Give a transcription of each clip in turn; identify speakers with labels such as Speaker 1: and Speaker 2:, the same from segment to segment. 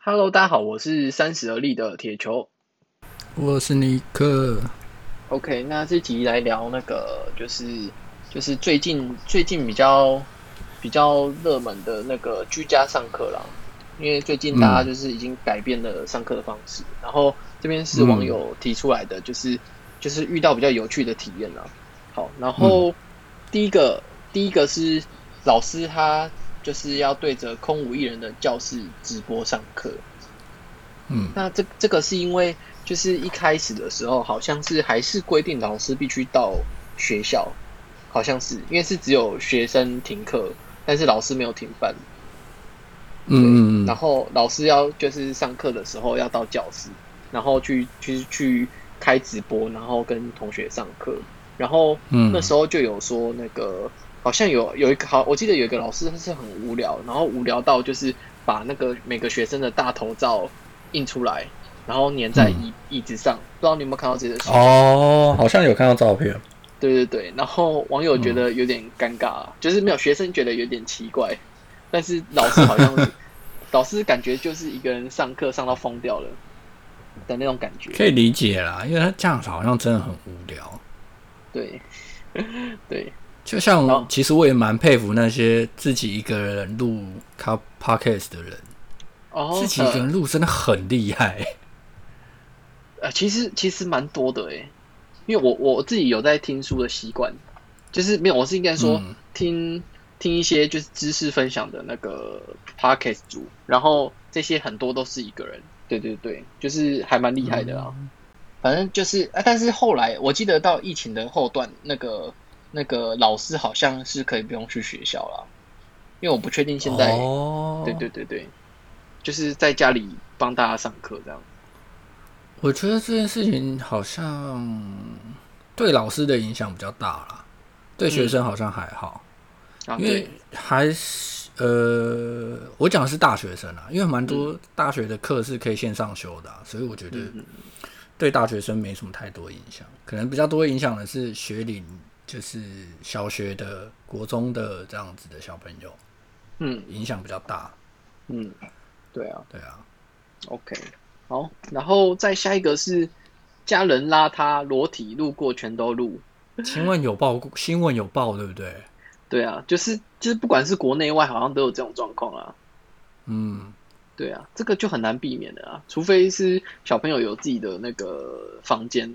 Speaker 1: Hello，大家好，我是三十而立的铁球。
Speaker 2: 我是尼克，
Speaker 1: OK，那这集来聊那个，就是就是最近最近比较比较热门的那个居家上课啦，因为最近大家就是已经改变了上课的方式，然后这边是网友提出来的，就是、就是遇到比较有趣的体验啦。好，然后、第一个第一个是老师他就是要对着空无一人的教室直播上课，
Speaker 2: 嗯
Speaker 1: 那这这个是因为就是一开始的时候，好像是还是规定老师必须到学校，好像是因为是只有学生停课，但是老师没有停班，
Speaker 2: 嗯嗯
Speaker 1: 然
Speaker 2: 嗯，
Speaker 1: 后老师要就是上课的时候要到教室，然后去去去开直播，然后跟同学上课，然后
Speaker 2: 嗯
Speaker 1: 那时候就有说那个好像有有一个好，我记得有一个老师他是很无聊，然后无聊到就是把那个每个学生的大头照印出来，然后粘在椅、椅子上，不知道你有没有看到这个事？
Speaker 2: 嗯哦，好像有看到照片，
Speaker 1: 对对对，然后网友觉得有点尴尬，就是没有学生觉得有点奇怪，但是老师好 像是老师感觉就是一个人上课上到疯掉了的那种感觉。
Speaker 2: 可以理解啦，因为他这样子好像真的很无聊。
Speaker 1: 对对，
Speaker 2: 就像
Speaker 1: 好
Speaker 2: 我其实我也蛮佩服那些自己一个人录 co- podcast 的人，
Speaker 1: 哦，
Speaker 2: 自己一个人录真的很厉害。
Speaker 1: 呃，其实其实蛮多的诶，因为我我自己有在听书的习惯，就是没有，我是应该说、
Speaker 2: 嗯
Speaker 1: 听听一些就是知识分享的那个 podcast 组，然后这些很多都是一个人，对对对，就是还蛮厉害的啊。
Speaker 2: 嗯
Speaker 1: 反正就是、啊，但是后来我记得到疫情的后段，那个那个老师好像是可以不用去学校了，因为我不确定现在，
Speaker 2: 哦，
Speaker 1: 对对，对对，就是在家里帮大家上课这样。
Speaker 2: 我觉得这件事情好像对老师的影响比较大啦，对学生好像还好。
Speaker 1: 啊，
Speaker 2: 因
Speaker 1: 对
Speaker 2: 为，还是呃，我讲的是大学生啊，因为蛮多大学的课是可以线上修的啊、所以我觉得
Speaker 1: 嗯嗯
Speaker 2: 对大学生没什么太多影响，可能比较多影响的是学龄，就是小学的、国中的这样子的小朋友，
Speaker 1: 嗯。
Speaker 2: 影响比较大。
Speaker 1: 嗯，对啊
Speaker 2: 对 啊，
Speaker 1: ，OK，好，然后再下一个是家人拉他裸体路过全都录，
Speaker 2: 新闻有报过，新闻有报，对不对？
Speaker 1: 对啊，就是就是不管是国内外，好像都有这种状况啊，
Speaker 2: 嗯，
Speaker 1: 对啊，这个就很难避免的啊，除非是小朋友有自己的那个房间，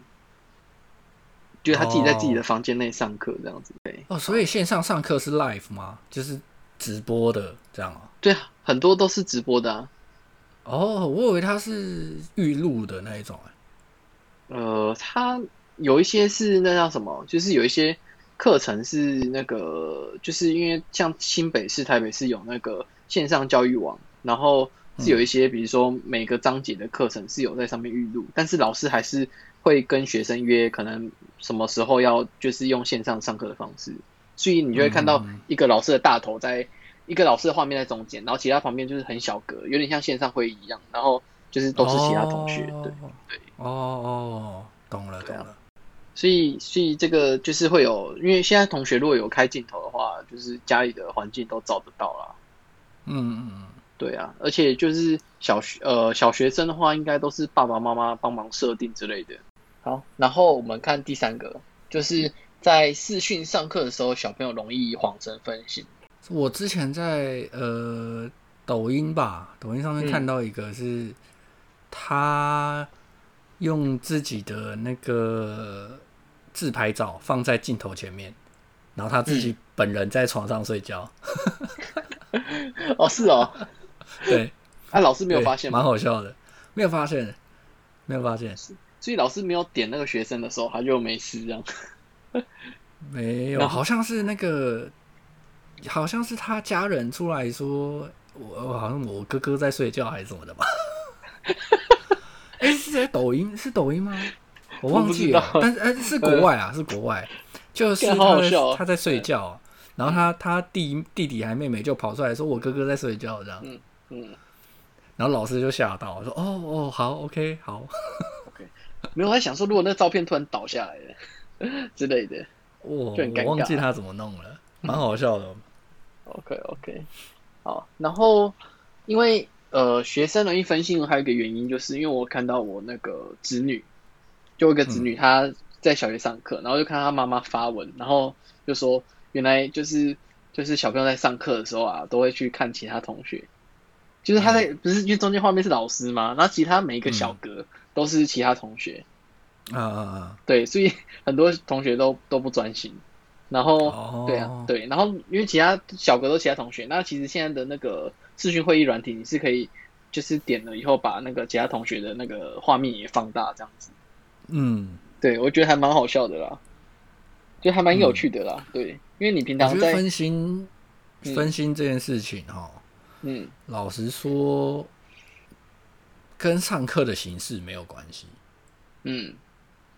Speaker 1: 就是他自己在自己的房间内上课这样子，对
Speaker 2: 哦，所以线上上课是 live 吗？就是直播的这样啊？
Speaker 1: 对啊，很多都是直播的啊，
Speaker 2: 哦，我以为它是预录的那一种、欸
Speaker 1: 呃，他有一些是那叫什么，就是有一些课程是那个，就是因为像新北市、台北市有那个线上教育网，然后是有一些，比如说每个章节的课程是有在上面预录，但是老师还是会跟学生约，可能什么时候要就是用线上上课的方式，所以你就会看到
Speaker 2: 嗯
Speaker 1: 一个老师的大头在一个老师的画面在中间，然后其他旁边就是很小格，有点像线上会议一样，然后就是都是其他同学，对。对
Speaker 2: 哦哦，懂了
Speaker 1: 对
Speaker 2: 懂
Speaker 1: 啊
Speaker 2: 了。
Speaker 1: 所以，所以这个就是会有，因为现在同学如果有开镜头的话，就是家里的环境都照得到啦。
Speaker 2: 嗯嗯
Speaker 1: 对啊，而且就是小学呃小学生的话，应该都是爸爸妈妈帮忙设定之类的。好，然后我们看第三个，就是在视讯上课的时候，小朋友容易恍神分心。
Speaker 2: 嗯，我之前在呃抖音吧，抖音上面
Speaker 1: 嗯
Speaker 2: 看到一个是、他用自己的那个自拍照放在镜头前面，然后他自
Speaker 1: 嗯
Speaker 2: 己本人在床上睡觉，
Speaker 1: 哦，是哦，
Speaker 2: 对，
Speaker 1: 啊，老师没有
Speaker 2: 对
Speaker 1: 发现
Speaker 2: 蛮
Speaker 1: 吗？
Speaker 2: 好笑的，没有发现，没有发现，
Speaker 1: 所以老师没有点那个学生的时候，他就没事这样。
Speaker 2: 没有，
Speaker 1: 然后
Speaker 2: 好像是那个，好像是他家人出来说，我我好像我哥哥在睡觉还是什 么的吧。哎、是在抖音是抖音吗？我忘记了
Speaker 1: 我，不
Speaker 2: 但是、哎是国外啊，是国外，就是他
Speaker 1: 干好好笑哦
Speaker 2: 在他在睡觉，然后他他弟弟弟还妹妹就跑出来说，我哥哥在睡觉这样，
Speaker 1: 嗯，
Speaker 2: 然后老师就吓到，说哦哦好 OK 好，
Speaker 1: 没有，我在想说，如果那照片突然倒下来了 之类的。
Speaker 2: 我
Speaker 1: 就很尴尬
Speaker 2: 哦我忘记他怎么弄了，蛮好笑的。
Speaker 1: OK OK，好，然后因为呃，学生容易分心，还有一个原因就是因为我看到我那个侄女，就有一个侄女她在小学上课，然后就看她妈妈发文，然后就说原来就是就是小朋友在上课的时候啊，都会去看其他同学，就是他在、不是因为中间画面是老师嘛，然后其他每一个小格都是其他同学，
Speaker 2: 啊啊
Speaker 1: 对，所以 很多同学都都不专心，然后。
Speaker 2: 啊！哦，
Speaker 1: 对啊，，对，然后因为其他小格都其他同学，那其实现在的那个视讯会议软体，你是可以就是点了以后把那个其他同学的那个画面也放大这样子。
Speaker 2: 嗯，
Speaker 1: 对，我觉得还蛮好笑的啦，就还蛮有趣的啦。对，因为你平
Speaker 2: 嗯我
Speaker 1: 常
Speaker 2: 觉得
Speaker 1: 在
Speaker 2: 分心
Speaker 1: 嗯
Speaker 2: 分心这件事情哈，
Speaker 1: 嗯
Speaker 2: 老实说，跟上课的形式没有关系。
Speaker 1: 嗯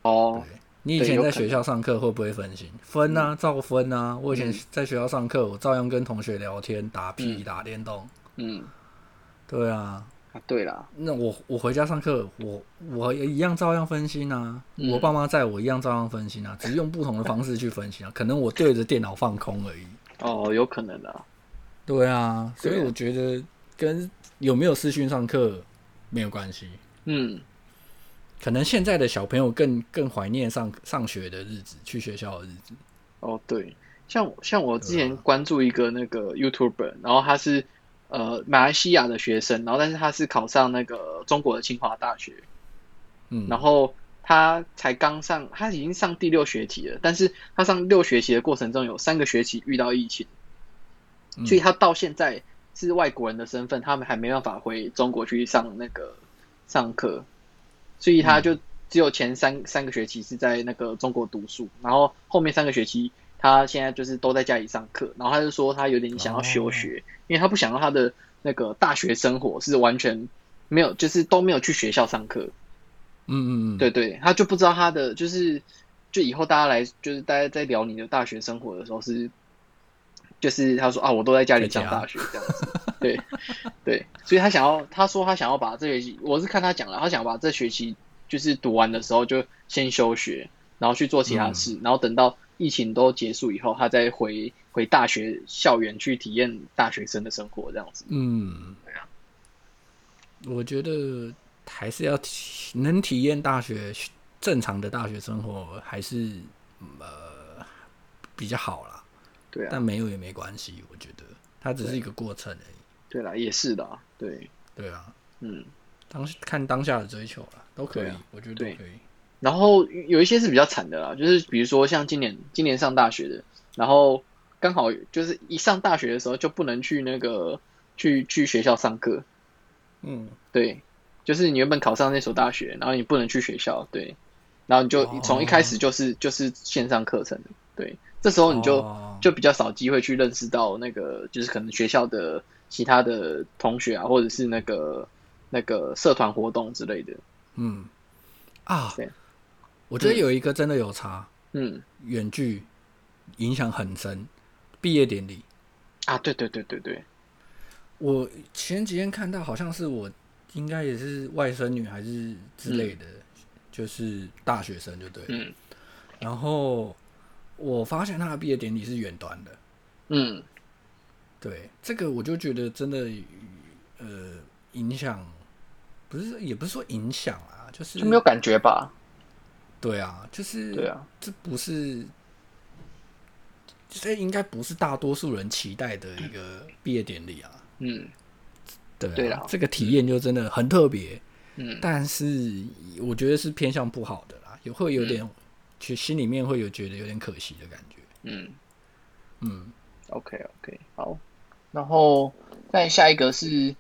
Speaker 1: 哦
Speaker 2: 对你以
Speaker 1: 对
Speaker 2: 前
Speaker 1: 有
Speaker 2: 在
Speaker 1: 可能嗯
Speaker 2: 学校上课会不会分心？分啊，照分啊。我以前在学校上课，我照样跟同学聊天、打屁、
Speaker 1: 嗯
Speaker 2: 打电动。
Speaker 1: 嗯
Speaker 2: 对啊，
Speaker 1: 啊对啦
Speaker 2: 那我我回家上课，我我也一样照样分心啊。
Speaker 1: 嗯
Speaker 2: 我爸妈在我一样照样分心啊，只是用不同的方式去分心啊。可能我对着电脑放空而已。
Speaker 1: 哦有可能啦
Speaker 2: 对啊，所以
Speaker 1: 对啊
Speaker 2: 我觉得跟有没有视讯上课没有关系。
Speaker 1: 嗯
Speaker 2: 可能现在的小朋友更更怀念上上学的日子，去学校的日子。
Speaker 1: 哦对，像像我之
Speaker 2: 对
Speaker 1: 前
Speaker 2: 啊
Speaker 1: 关注一个那个 YouTuber，然后他是呃马来西亚的学生，然后但是他是考上那个中国的清华大学。
Speaker 2: 嗯，
Speaker 1: 然后他才刚上，他已经上第六学期了，但是他上六学期的过程中有三个学期遇到疫情，
Speaker 2: 嗯
Speaker 1: 所以他到现在是外国人的身份，他们还没办法回中国去上那个上课，所以他就只有前三三个学期是在那个中国读书，然后后面三个学期他现在就是都在家里上课，然后他就说他有点想要休学，因为他不想让他的那个大学生活是完全没有，就是都没有去学校上课。
Speaker 2: 嗯嗯嗯，
Speaker 1: 对对，他就不知道他的就是，就以后大家来就是大家在聊你的大学生活的时候是，就是他说啊，我都在家里上大学这样子，对对，所以他想要，他说他想要把这学期，我是看他讲了，他想把这学期就是读完的时候就先休学，然后去做其他事，然后等到疫情都结束以后，他再回回大学校园去体验大学生的生活这样子。
Speaker 2: 嗯，我觉得还是要体能体验大学正常的大学生活，还是呃比较好啦。
Speaker 1: 对啊
Speaker 2: 但，没有也没关系，我觉得它只是一个过程而已。
Speaker 1: 对啦，也是的，对，
Speaker 2: 对啊，
Speaker 1: 嗯。
Speaker 2: 当看当下的追求啦，都可以，
Speaker 1: 对啊
Speaker 2: 我觉得
Speaker 1: 对
Speaker 2: 都可以。
Speaker 1: 然后有一些是比较惨的啦，就是比如说像今年今年上大学的，然后刚好就是一上大学的时候就不能去那个去去学校上课，
Speaker 2: 嗯，
Speaker 1: 对，就是你原本考上那所大学，然后你不能去学校，对，然后你就
Speaker 2: 哦
Speaker 1: 从一开始就是就是线上课程，对，这时候你就
Speaker 2: 哦
Speaker 1: 就比较少机会去认识到那个就是可能学校的其他的同学啊，或者是那个那个社团活动之类的，
Speaker 2: 嗯啊
Speaker 1: 对，
Speaker 2: 我觉得有一个真的有差，
Speaker 1: 嗯
Speaker 2: 远距影响很深。毕业典礼，
Speaker 1: 啊，对对对对对，
Speaker 2: 我前几天看到，好像是我应该也是外甥女还是之类的，就是大学生就对了。
Speaker 1: 嗯
Speaker 2: 然后我发现她的毕业典礼是远端的，
Speaker 1: 嗯
Speaker 2: 对这个我就觉得真的呃影响，不是也不是说影响啊，就是
Speaker 1: 就没有感觉吧。
Speaker 2: 对啊，就是
Speaker 1: 对啊，
Speaker 2: 这不是，这应该不是大多数人期待的一个毕业典礼啊。
Speaker 1: 嗯
Speaker 2: 对啊，
Speaker 1: 对啦
Speaker 2: 这个体验就真的很特别，
Speaker 1: 嗯
Speaker 2: 但是我觉得是偏向不好的啦，也会有点，其实心里面会有觉得有点可惜的感觉。
Speaker 1: 嗯
Speaker 2: 嗯，
Speaker 1: ，OK OK，好。然后再下一个是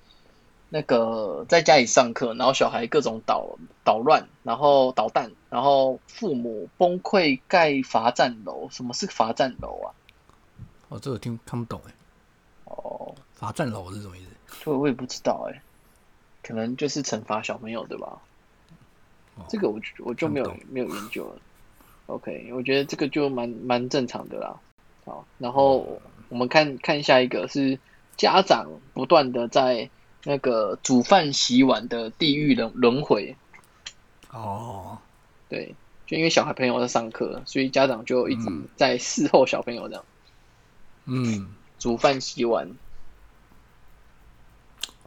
Speaker 1: 那个在家里上课，然后小孩各种捣捣乱，然后捣蛋，然后父母崩溃盖罚站楼。什么是罚站楼啊？
Speaker 2: 哦，这我听看不懂哎，
Speaker 1: 哦，
Speaker 2: 罚站楼是什么意思？
Speaker 1: 这我也不知道哎、可能就是惩罚小朋友对吧？
Speaker 2: 哦
Speaker 1: 这个我就我就没有
Speaker 2: 看不
Speaker 1: 没有研究了。OK，我觉得这个就蛮蛮正常的啦。好，然
Speaker 2: 哦
Speaker 1: 后我们看看下一个是家长不断的在那个煮饭洗碗的地狱轮轮回，
Speaker 2: 哦，
Speaker 1: 对，就因为小孩朋友在上课，所以家长就一直在伺候小朋友这样
Speaker 2: 嗯，
Speaker 1: 煮饭洗碗。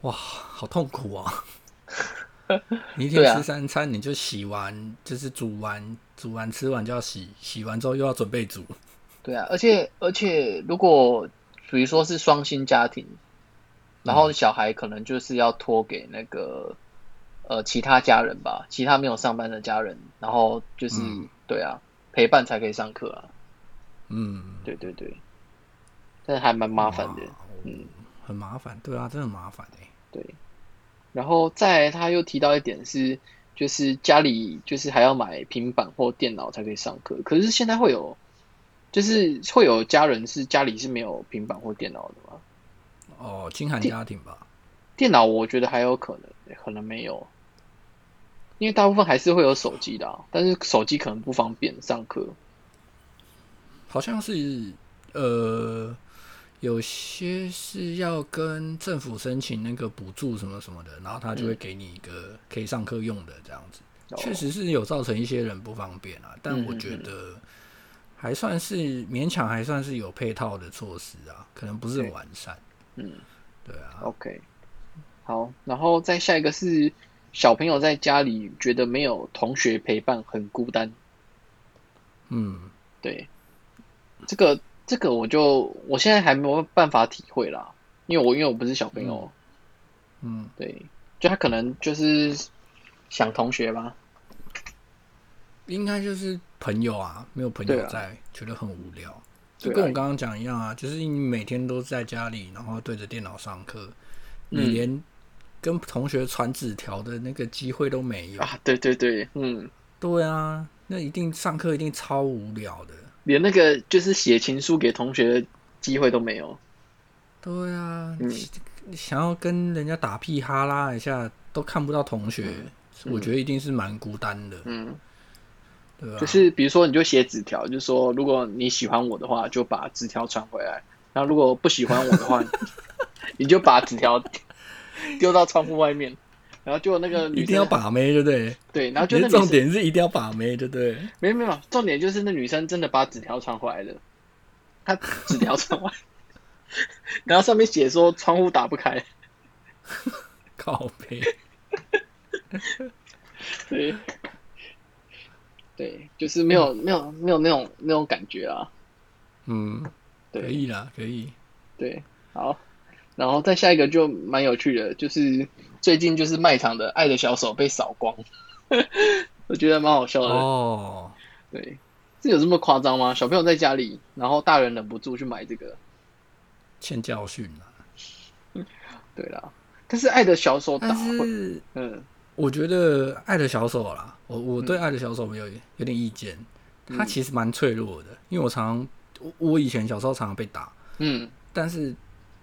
Speaker 2: 哇，好痛苦 哦！你一
Speaker 1: 对
Speaker 2: 天
Speaker 1: 啊
Speaker 2: 吃三餐，你就洗完，就是煮完，煮完吃完就要洗，洗完之后又要准备煮。
Speaker 1: 对啊，而且而且如果比如说是双薪家庭，然
Speaker 2: 嗯
Speaker 1: 后小孩可能就是要托给那个呃其他家人吧，其他没有上班的家人，然后就是、
Speaker 2: 嗯
Speaker 1: 对啊陪伴才可以上课啊，
Speaker 2: 嗯，
Speaker 1: 对对对，但还蛮麻烦的。嗯
Speaker 2: 哇，很麻烦，对啊，真的很麻烦哎、
Speaker 1: 对，然后再来他又提到一点是，就是家里就是还要买平板或电脑才可以上课，可是现在会有，就是会有家人是家里是没有平板或电脑的吗？
Speaker 2: 哦，清寒家庭吧？
Speaker 1: 电脑我觉得还有可能，可能没有，因为大部分还是会有手机的啊、但是手机可能不方便上课。
Speaker 2: 好像是呃，有些是要跟政府申请那个补助什么什么的，然后他
Speaker 1: 嗯
Speaker 2: 就会给你一个可以上课用的这样子。
Speaker 1: 哦
Speaker 2: 确实是有造成一些人不方便啊，但
Speaker 1: 嗯
Speaker 2: 我
Speaker 1: 嗯
Speaker 2: 觉
Speaker 1: 嗯
Speaker 2: 得还算是勉强，还算是有配套的措施啊，可能不是很
Speaker 1: 对
Speaker 2: 完善。
Speaker 1: 嗯，
Speaker 2: 对啊，
Speaker 1: OK，好，然后再下一个是小朋友在家里觉得没有同学陪伴很孤单。
Speaker 2: 嗯，
Speaker 1: 对，这个这个我就我现在还没有办法体会啦，因为我因为我不是小朋友，
Speaker 2: 嗯，
Speaker 1: 对，就他可能就是想同学吧，
Speaker 2: 应该就是朋友啊，没有朋
Speaker 1: 对
Speaker 2: 友
Speaker 1: 啊
Speaker 2: 在，觉得很无聊。
Speaker 1: 对
Speaker 2: 就
Speaker 1: 啊
Speaker 2: 跟我刚刚讲一样啊，就是你每天都在家里，然后对着电脑上课，你
Speaker 1: 嗯
Speaker 2: 连跟同学传纸条的那个机会都没有。
Speaker 1: 啊，对对对，嗯，
Speaker 2: 对啊，那一定上课一定超无聊的。
Speaker 1: 连那个就是写情书给同学的机会都没有，
Speaker 2: 对啊，
Speaker 1: 嗯
Speaker 2: 你你想要跟人家打屁哈拉一下，都看不到同学，我觉得一定是蛮孤单的，
Speaker 1: 嗯，
Speaker 2: 对吧、
Speaker 1: 就是比如说你就写纸条，就说如果你喜欢我的话，就把纸条传回来，然后如果不喜欢我的话，你就把纸条丢到窗户外面，然后就那个女
Speaker 2: 一
Speaker 1: 生
Speaker 2: 定要把妹，对不对？
Speaker 1: 对，然后就
Speaker 2: 你
Speaker 1: 那
Speaker 2: 的
Speaker 1: 女生
Speaker 2: 重点啊是一定要把妹，对不对？
Speaker 1: 没有没有，重点就是那女生真的把纸条传回来了，她纸条传回来，然后上面写说窗户打不开，
Speaker 2: 靠 背，
Speaker 1: 对，对，就是没有没有没有那种那种感觉啊，
Speaker 2: 嗯，可
Speaker 1: 对
Speaker 2: 以啦，可以。
Speaker 1: 对，好，然后再下一个就蛮有趣的，就是最近就是卖场的爱的小手被扫光， 我觉得蛮好笑的，
Speaker 2: 哦，
Speaker 1: 对，这有这么夸张吗？小朋友在家里，然后大人忍不住去买这个，
Speaker 2: 欠教训啊啦。
Speaker 1: 对啦，但是爱的小手打
Speaker 2: 但
Speaker 1: 会，
Speaker 2: 是
Speaker 1: 嗯
Speaker 2: 我觉得爱的小手啦，我我对
Speaker 1: 嗯
Speaker 2: 爱的小手没有有点意见，他
Speaker 1: 嗯
Speaker 2: 其实蛮脆弱的，因为我常我我以前小时候常常被打，
Speaker 1: 嗯。
Speaker 2: 但是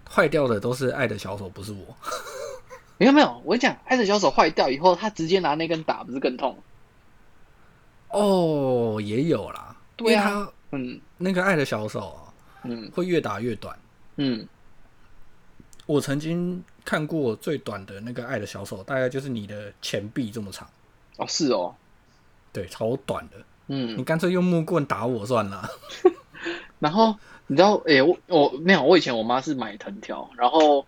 Speaker 2: 坏掉的都是爱的小手，不是我。
Speaker 1: 没有没有，我跟你讲，爱的小手坏掉以后，他直接拿那根打，不是更痛？
Speaker 2: 哦，也有啦，因
Speaker 1: 对
Speaker 2: 为
Speaker 1: 啊
Speaker 2: 他
Speaker 1: 嗯
Speaker 2: 那个爱的小手啊
Speaker 1: 嗯
Speaker 2: 会越打越短。
Speaker 1: 嗯，
Speaker 2: 我曾经看过最短的那个爱的小手，大概就是你的前臂这么长，
Speaker 1: 哦是哦，
Speaker 2: 对，超短的。你
Speaker 1: 嗯，
Speaker 2: 干脆用木棍打我算了。
Speaker 1: 然后你知道，诶、我我没有，我以前我妈是买藤条，然后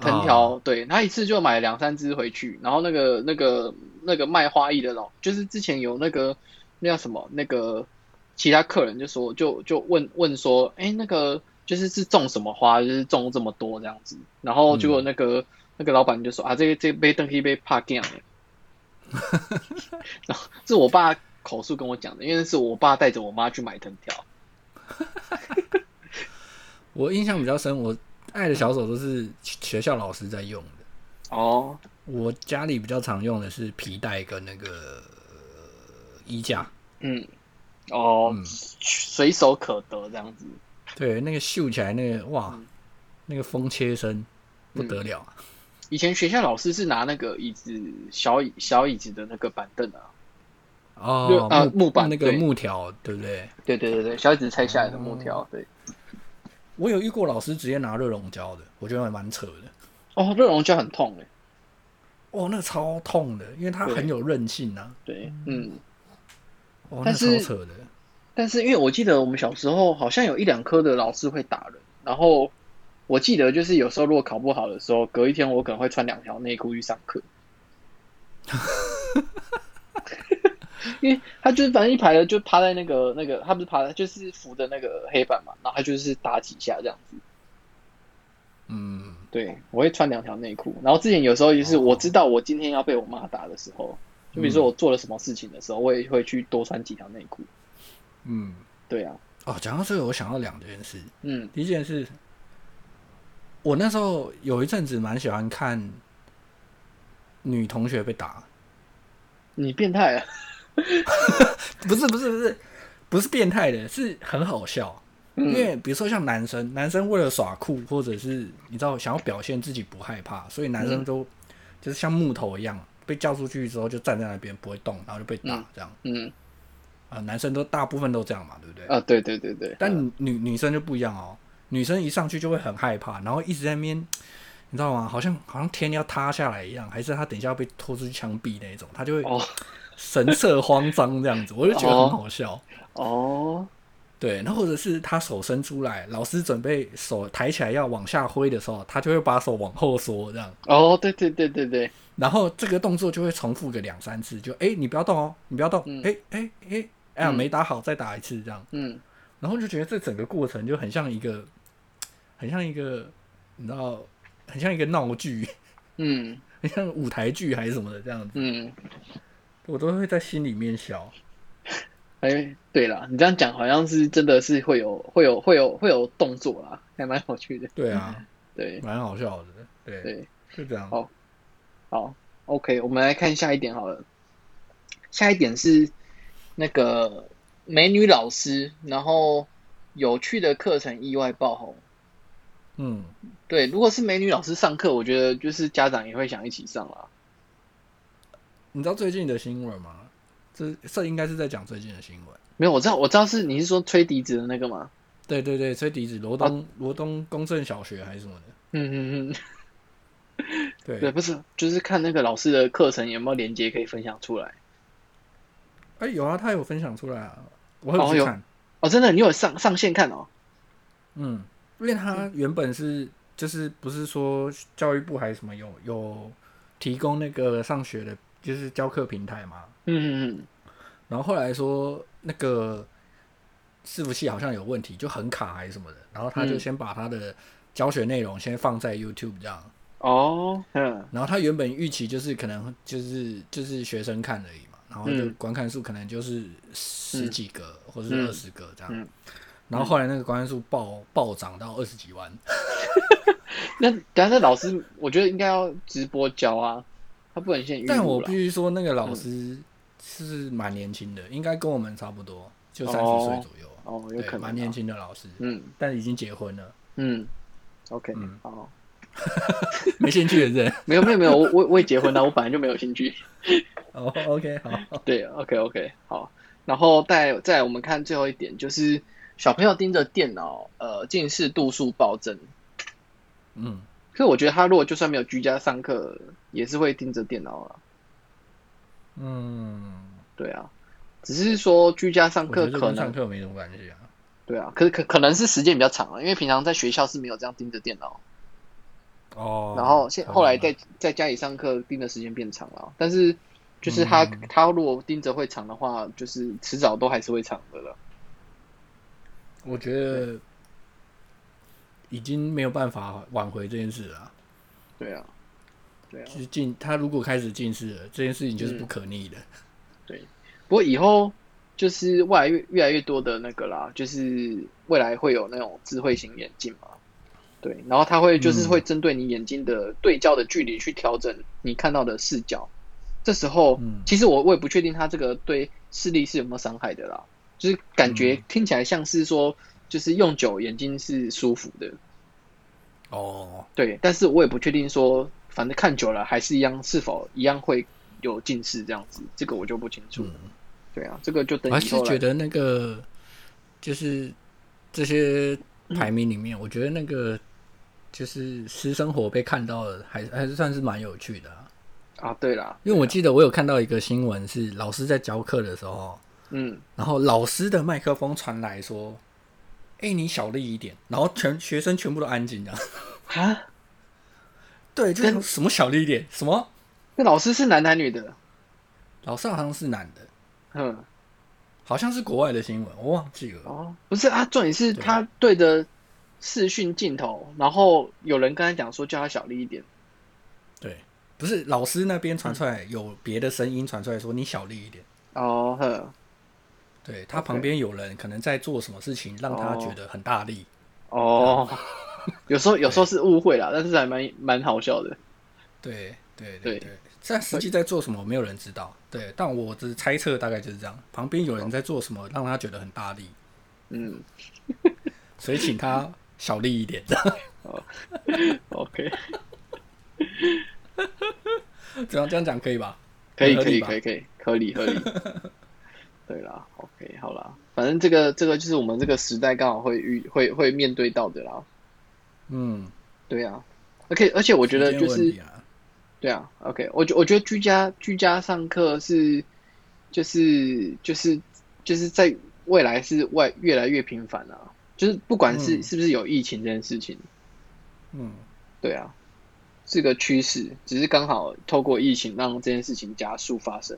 Speaker 1: 藤条、对，她一次就买两三只回去，然后那个那个那个卖花艺的老，就是之前有那个那叫什么那个其他客人就说就就问问说，诶、那个就是是种什么花，就是种这么多这样子，然后结果那个、那个老板就说啊，这这杯东西被怕干了。然后是我爸口述跟我讲的，因为是我爸带着我妈去买藤条，
Speaker 2: 我印象比较深，我爱的小手都是学校老师在用的，
Speaker 1: 哦，
Speaker 2: 我家里比较常用的是皮带跟那个呃衣架，
Speaker 1: 嗯，哦，
Speaker 2: 嗯
Speaker 1: 随手可得这样子，
Speaker 2: 对，那个秀起来那个哇
Speaker 1: 嗯，
Speaker 2: 那个风切声不得了啊！
Speaker 1: 以前学校老师是拿那个椅子小椅小椅子的那个板凳啊，就
Speaker 2: 哦，
Speaker 1: 啊木板
Speaker 2: 那个
Speaker 1: 对
Speaker 2: 木条，对不对？
Speaker 1: 对对对对，小椅子拆下来的木条，对，
Speaker 2: 我有遇过老师直接拿热熔胶的，我觉得还蛮扯的。
Speaker 1: 哦，热熔胶很痛哎，
Speaker 2: 哦，那个超痛的，因为它
Speaker 1: 对
Speaker 2: 很有韧性啊。
Speaker 1: 对，嗯，
Speaker 2: 哦，那
Speaker 1: 但是
Speaker 2: 超扯的。
Speaker 1: 但是因为我记得我们小时候好像有一两科的老师会打人，然后我记得就是有时候如果考不好的时候，隔一天我可能会穿两条内裤去上课，因为他就是反正一排的就趴在那个那个，他不是趴在就是扶着那个黑板嘛，然后他就是打几下这样子。
Speaker 2: 嗯，
Speaker 1: 对，我会穿两条内裤。然后之前有时候就是
Speaker 2: 哦
Speaker 1: 我知道我今天要被我妈打的时候，就比如说我做了什么事情的时候，我也会去多穿几条内裤。
Speaker 2: 嗯，
Speaker 1: 对啊，
Speaker 2: 哦，讲到这个，我想到两件事。
Speaker 1: 嗯
Speaker 2: 第一件事，我那时候有一阵子蛮喜欢看女同学被打，
Speaker 1: 你变态啊！
Speaker 2: 不是不是不是不是变态的，是很好笑。
Speaker 1: 嗯
Speaker 2: 因为比如说像男生，男生为了耍酷，或者是你知道想要表现自己不害怕，所以男生
Speaker 1: 嗯
Speaker 2: 都就是像木头一样，被叫出去之后就站在那边不会动，然后就被打
Speaker 1: 嗯
Speaker 2: 这样。
Speaker 1: 嗯
Speaker 2: 啊、男生都大部分都这样嘛，对不对？
Speaker 1: 啊，对对对对，
Speaker 2: 但
Speaker 1: 嗯
Speaker 2: 女女女生就不一样哦，女生一上去就会很害怕，然后一直在那边，你知道吗？好像好像天要塌下来一样，还是她等一下要被拖出去枪毙那一种，她就会
Speaker 1: 哦
Speaker 2: 神色慌张这样子，我就觉得很好笑。
Speaker 1: 哦，
Speaker 2: 对，然后或者是她手伸出来，老师准备手抬起来要往下挥的时候，她就会把手往后缩这样，
Speaker 1: 哦，对对对对对，
Speaker 2: 然后这个动作就会重复个两三次，就哎、你不要动哦，你不要动，哎哎哎哎呀
Speaker 1: 嗯
Speaker 2: 没打好，再打一次这样。
Speaker 1: 嗯
Speaker 2: 然后就觉得这整个过程就很像一个，很像一个，你知道，很像一个闹剧，
Speaker 1: 嗯
Speaker 2: 很像舞台剧还是什么的这样子，
Speaker 1: 嗯，
Speaker 2: 我都会在心里面笑。
Speaker 1: 哎，对啦，你这样讲好像是真的是会有会有会有会有动作啦，还蛮有趣的。
Speaker 2: 对啊，
Speaker 1: 对
Speaker 2: 蛮好笑的，对，
Speaker 1: 对，
Speaker 2: 就这样。
Speaker 1: 好好，OK，我们来看下一点好了。下一点是那个美女老师，然后有趣的课程意外爆红。
Speaker 2: 嗯，
Speaker 1: 对，如果是美女老师上课，我觉得就是家长也会想一起上啦。
Speaker 2: 你知道最近的新闻吗？这这应该是在讲最近的新闻。
Speaker 1: 没有，我知道，我知道是你是说吹笛子的那个吗？
Speaker 2: 对对对，吹笛子罗
Speaker 1: 啊
Speaker 2: 东罗东公正小学还是什么的，
Speaker 1: 嗯嗯嗯，对，
Speaker 2: 对，
Speaker 1: 不是，就是看那个老师的课程有没有连接可以分享出来。
Speaker 2: 哎有啊，他有分享出来啊，我
Speaker 1: 哦
Speaker 2: 有去
Speaker 1: 有
Speaker 2: 看，
Speaker 1: 哦，真的，你有上上线看哦。
Speaker 2: 嗯，因为他原本
Speaker 1: 嗯
Speaker 2: 是就是不是说教育部还是什么有有提供那个上学的，就是教课平台嘛。
Speaker 1: 嗯嗯
Speaker 2: 然后后来说那个伺服器好像有问题，就很卡还是什么的。然后他就
Speaker 1: 嗯
Speaker 2: 先把他的教学内容先放在 YouTube 这样。
Speaker 1: 哦，嗯
Speaker 2: 然后他原本预期就是可能就是就是学生看而已嘛，然后就
Speaker 1: 嗯
Speaker 2: 观看数可能就是十几个或者是
Speaker 1: 嗯
Speaker 2: 二十个这样。
Speaker 1: 嗯
Speaker 2: 然后后来那个观看数暴暴涨到二十几万。
Speaker 1: 嗯那但是老师，我觉得应该要直播教啊，他不能先预
Speaker 2: 但
Speaker 1: 录
Speaker 2: 我
Speaker 1: 了
Speaker 2: 必。须说，那个老
Speaker 1: 嗯
Speaker 2: 师是蛮年轻的，应该跟我们差不多，就
Speaker 1: 哦
Speaker 2: 三十岁左右，
Speaker 1: 哦，有可
Speaker 2: 对，
Speaker 1: 能、
Speaker 2: 蛮年。轻的老师，
Speaker 1: 嗯
Speaker 2: 但已经结婚了，
Speaker 1: 嗯，OK，
Speaker 2: 嗯
Speaker 1: 好，
Speaker 2: 没兴趣的 人。
Speaker 1: 没有没有没有，我我我也结婚了，我本来就没有兴趣。
Speaker 2: 哦，OK，好，
Speaker 1: 对，OK OK，好。然后再再来我们看最后一点，就是小朋友盯着电脑，呃，近视度数暴增。
Speaker 2: 嗯，
Speaker 1: 可是我觉得他如果就算没有居家上课，也是会盯着电脑了。
Speaker 2: 嗯，
Speaker 1: 对啊，只是说居家上
Speaker 2: 我觉
Speaker 1: 课
Speaker 2: 得这
Speaker 1: 可
Speaker 2: 跟上
Speaker 1: 能
Speaker 2: 课没什么关系啊。
Speaker 1: 对啊，可是可可能是时间比较长啊，因为平常在学校是没有这样盯着电脑，
Speaker 2: 哦，啊
Speaker 1: 然后现后来
Speaker 2: 再
Speaker 1: 在在家里上课盯的时间变长了，但是就是他、
Speaker 2: 嗯
Speaker 1: 他如果盯着会长的话，就是迟早都还是会长的了。
Speaker 2: 我觉得已经没有办法挽回这件事了啊。
Speaker 1: 对啊，对啊
Speaker 2: 就。是近他如果开始近视了，这件事情就是
Speaker 1: 嗯
Speaker 2: 不可逆的。
Speaker 1: 不过以后就是未来越越来越多的那个啦，就是未来会有那种智慧型眼镜嘛，对，然后它会就是
Speaker 2: 嗯
Speaker 1: 会针对你眼睛的对焦的距离去调整你看到的视角。这时候
Speaker 2: 嗯，
Speaker 1: 其实我我也不确定它这个对视力是有没有伤害的啦，就是感觉
Speaker 2: 嗯
Speaker 1: 听起来像是说，就是用久眼睛是舒服的，
Speaker 2: 哦，
Speaker 1: 对，但是我也不确定说，反正看久了还是一样，是否一样会有近视这样子，这个我就不清楚了。
Speaker 2: 嗯
Speaker 1: 对啊，这个就等
Speaker 2: 我还
Speaker 1: 以
Speaker 2: 是
Speaker 1: 后来
Speaker 2: 觉得那个就是这些排名里
Speaker 1: 嗯
Speaker 2: 面，我觉得那个就是私生活被看到的，还还是算是蛮有趣的啊、
Speaker 1: 啊，对啦，
Speaker 2: 因为我记得我有看到一个新闻，是老师在教课的时候，
Speaker 1: 嗯，
Speaker 2: 然后老师的麦克风传来说：“哎、你小力一点，然后全学生全部都安静的。
Speaker 1: 啊？
Speaker 2: 对，就是什么小力一点，什么
Speaker 1: 那老师是男男女的？
Speaker 2: 老师好像是男的，
Speaker 1: 嗯，
Speaker 2: 好像是国外的新闻，我忘记了。
Speaker 1: 哦，不是啊，重点是他对着视讯镜头，然后有人跟他讲说叫他小力一点。
Speaker 2: 对，不是老师那边
Speaker 1: 嗯
Speaker 2: 传出来有别的声音传出来说你小力一点。
Speaker 1: 哦呵，
Speaker 2: 对他
Speaker 1: OK
Speaker 2: 旁边有人可能在做什么事情，让他觉得很大力。
Speaker 1: 哦，有时候有时候是误会啦，但是还蛮蛮好笑的。
Speaker 2: 对对对
Speaker 1: 对
Speaker 2: 对，但实际在做什么没有人知道。对，但我的猜测大概就是这样，旁边有
Speaker 1: 哦
Speaker 2: 人在做什么，让他觉得很大力，
Speaker 1: 嗯
Speaker 2: 所以请 他小力一点。
Speaker 1: ，OK，
Speaker 2: 这样这样讲可以吧？
Speaker 1: 可以
Speaker 2: 合
Speaker 1: 可
Speaker 2: 理
Speaker 1: 以
Speaker 2: 吧
Speaker 1: 可以可以，合理合理。 对啦，OK，好啦，反正这个这个就是我们这个时代刚好会遇会会面对到的啦。
Speaker 2: 嗯，
Speaker 1: 对啊，OK，而且我觉得
Speaker 2: 时间
Speaker 1: 就
Speaker 2: 问
Speaker 1: 是
Speaker 2: 题啊
Speaker 1: 对啊，OK，我觉我觉得居家居家上课是就是就是就是在未来是外越来越频繁啊，就是不管是、
Speaker 2: 嗯
Speaker 1: 是不是有疫情这件事情，
Speaker 2: 嗯，
Speaker 1: 对啊，是个趋势，只是刚好透过疫情让这件事情加速发生。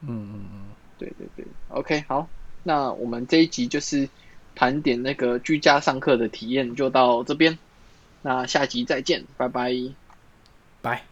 Speaker 2: 嗯嗯嗯，
Speaker 1: 对对对，OK，好，那我们这一集就是盘点那个居家上课的体验，就到这边，那下集再见，拜拜。
Speaker 2: 拜。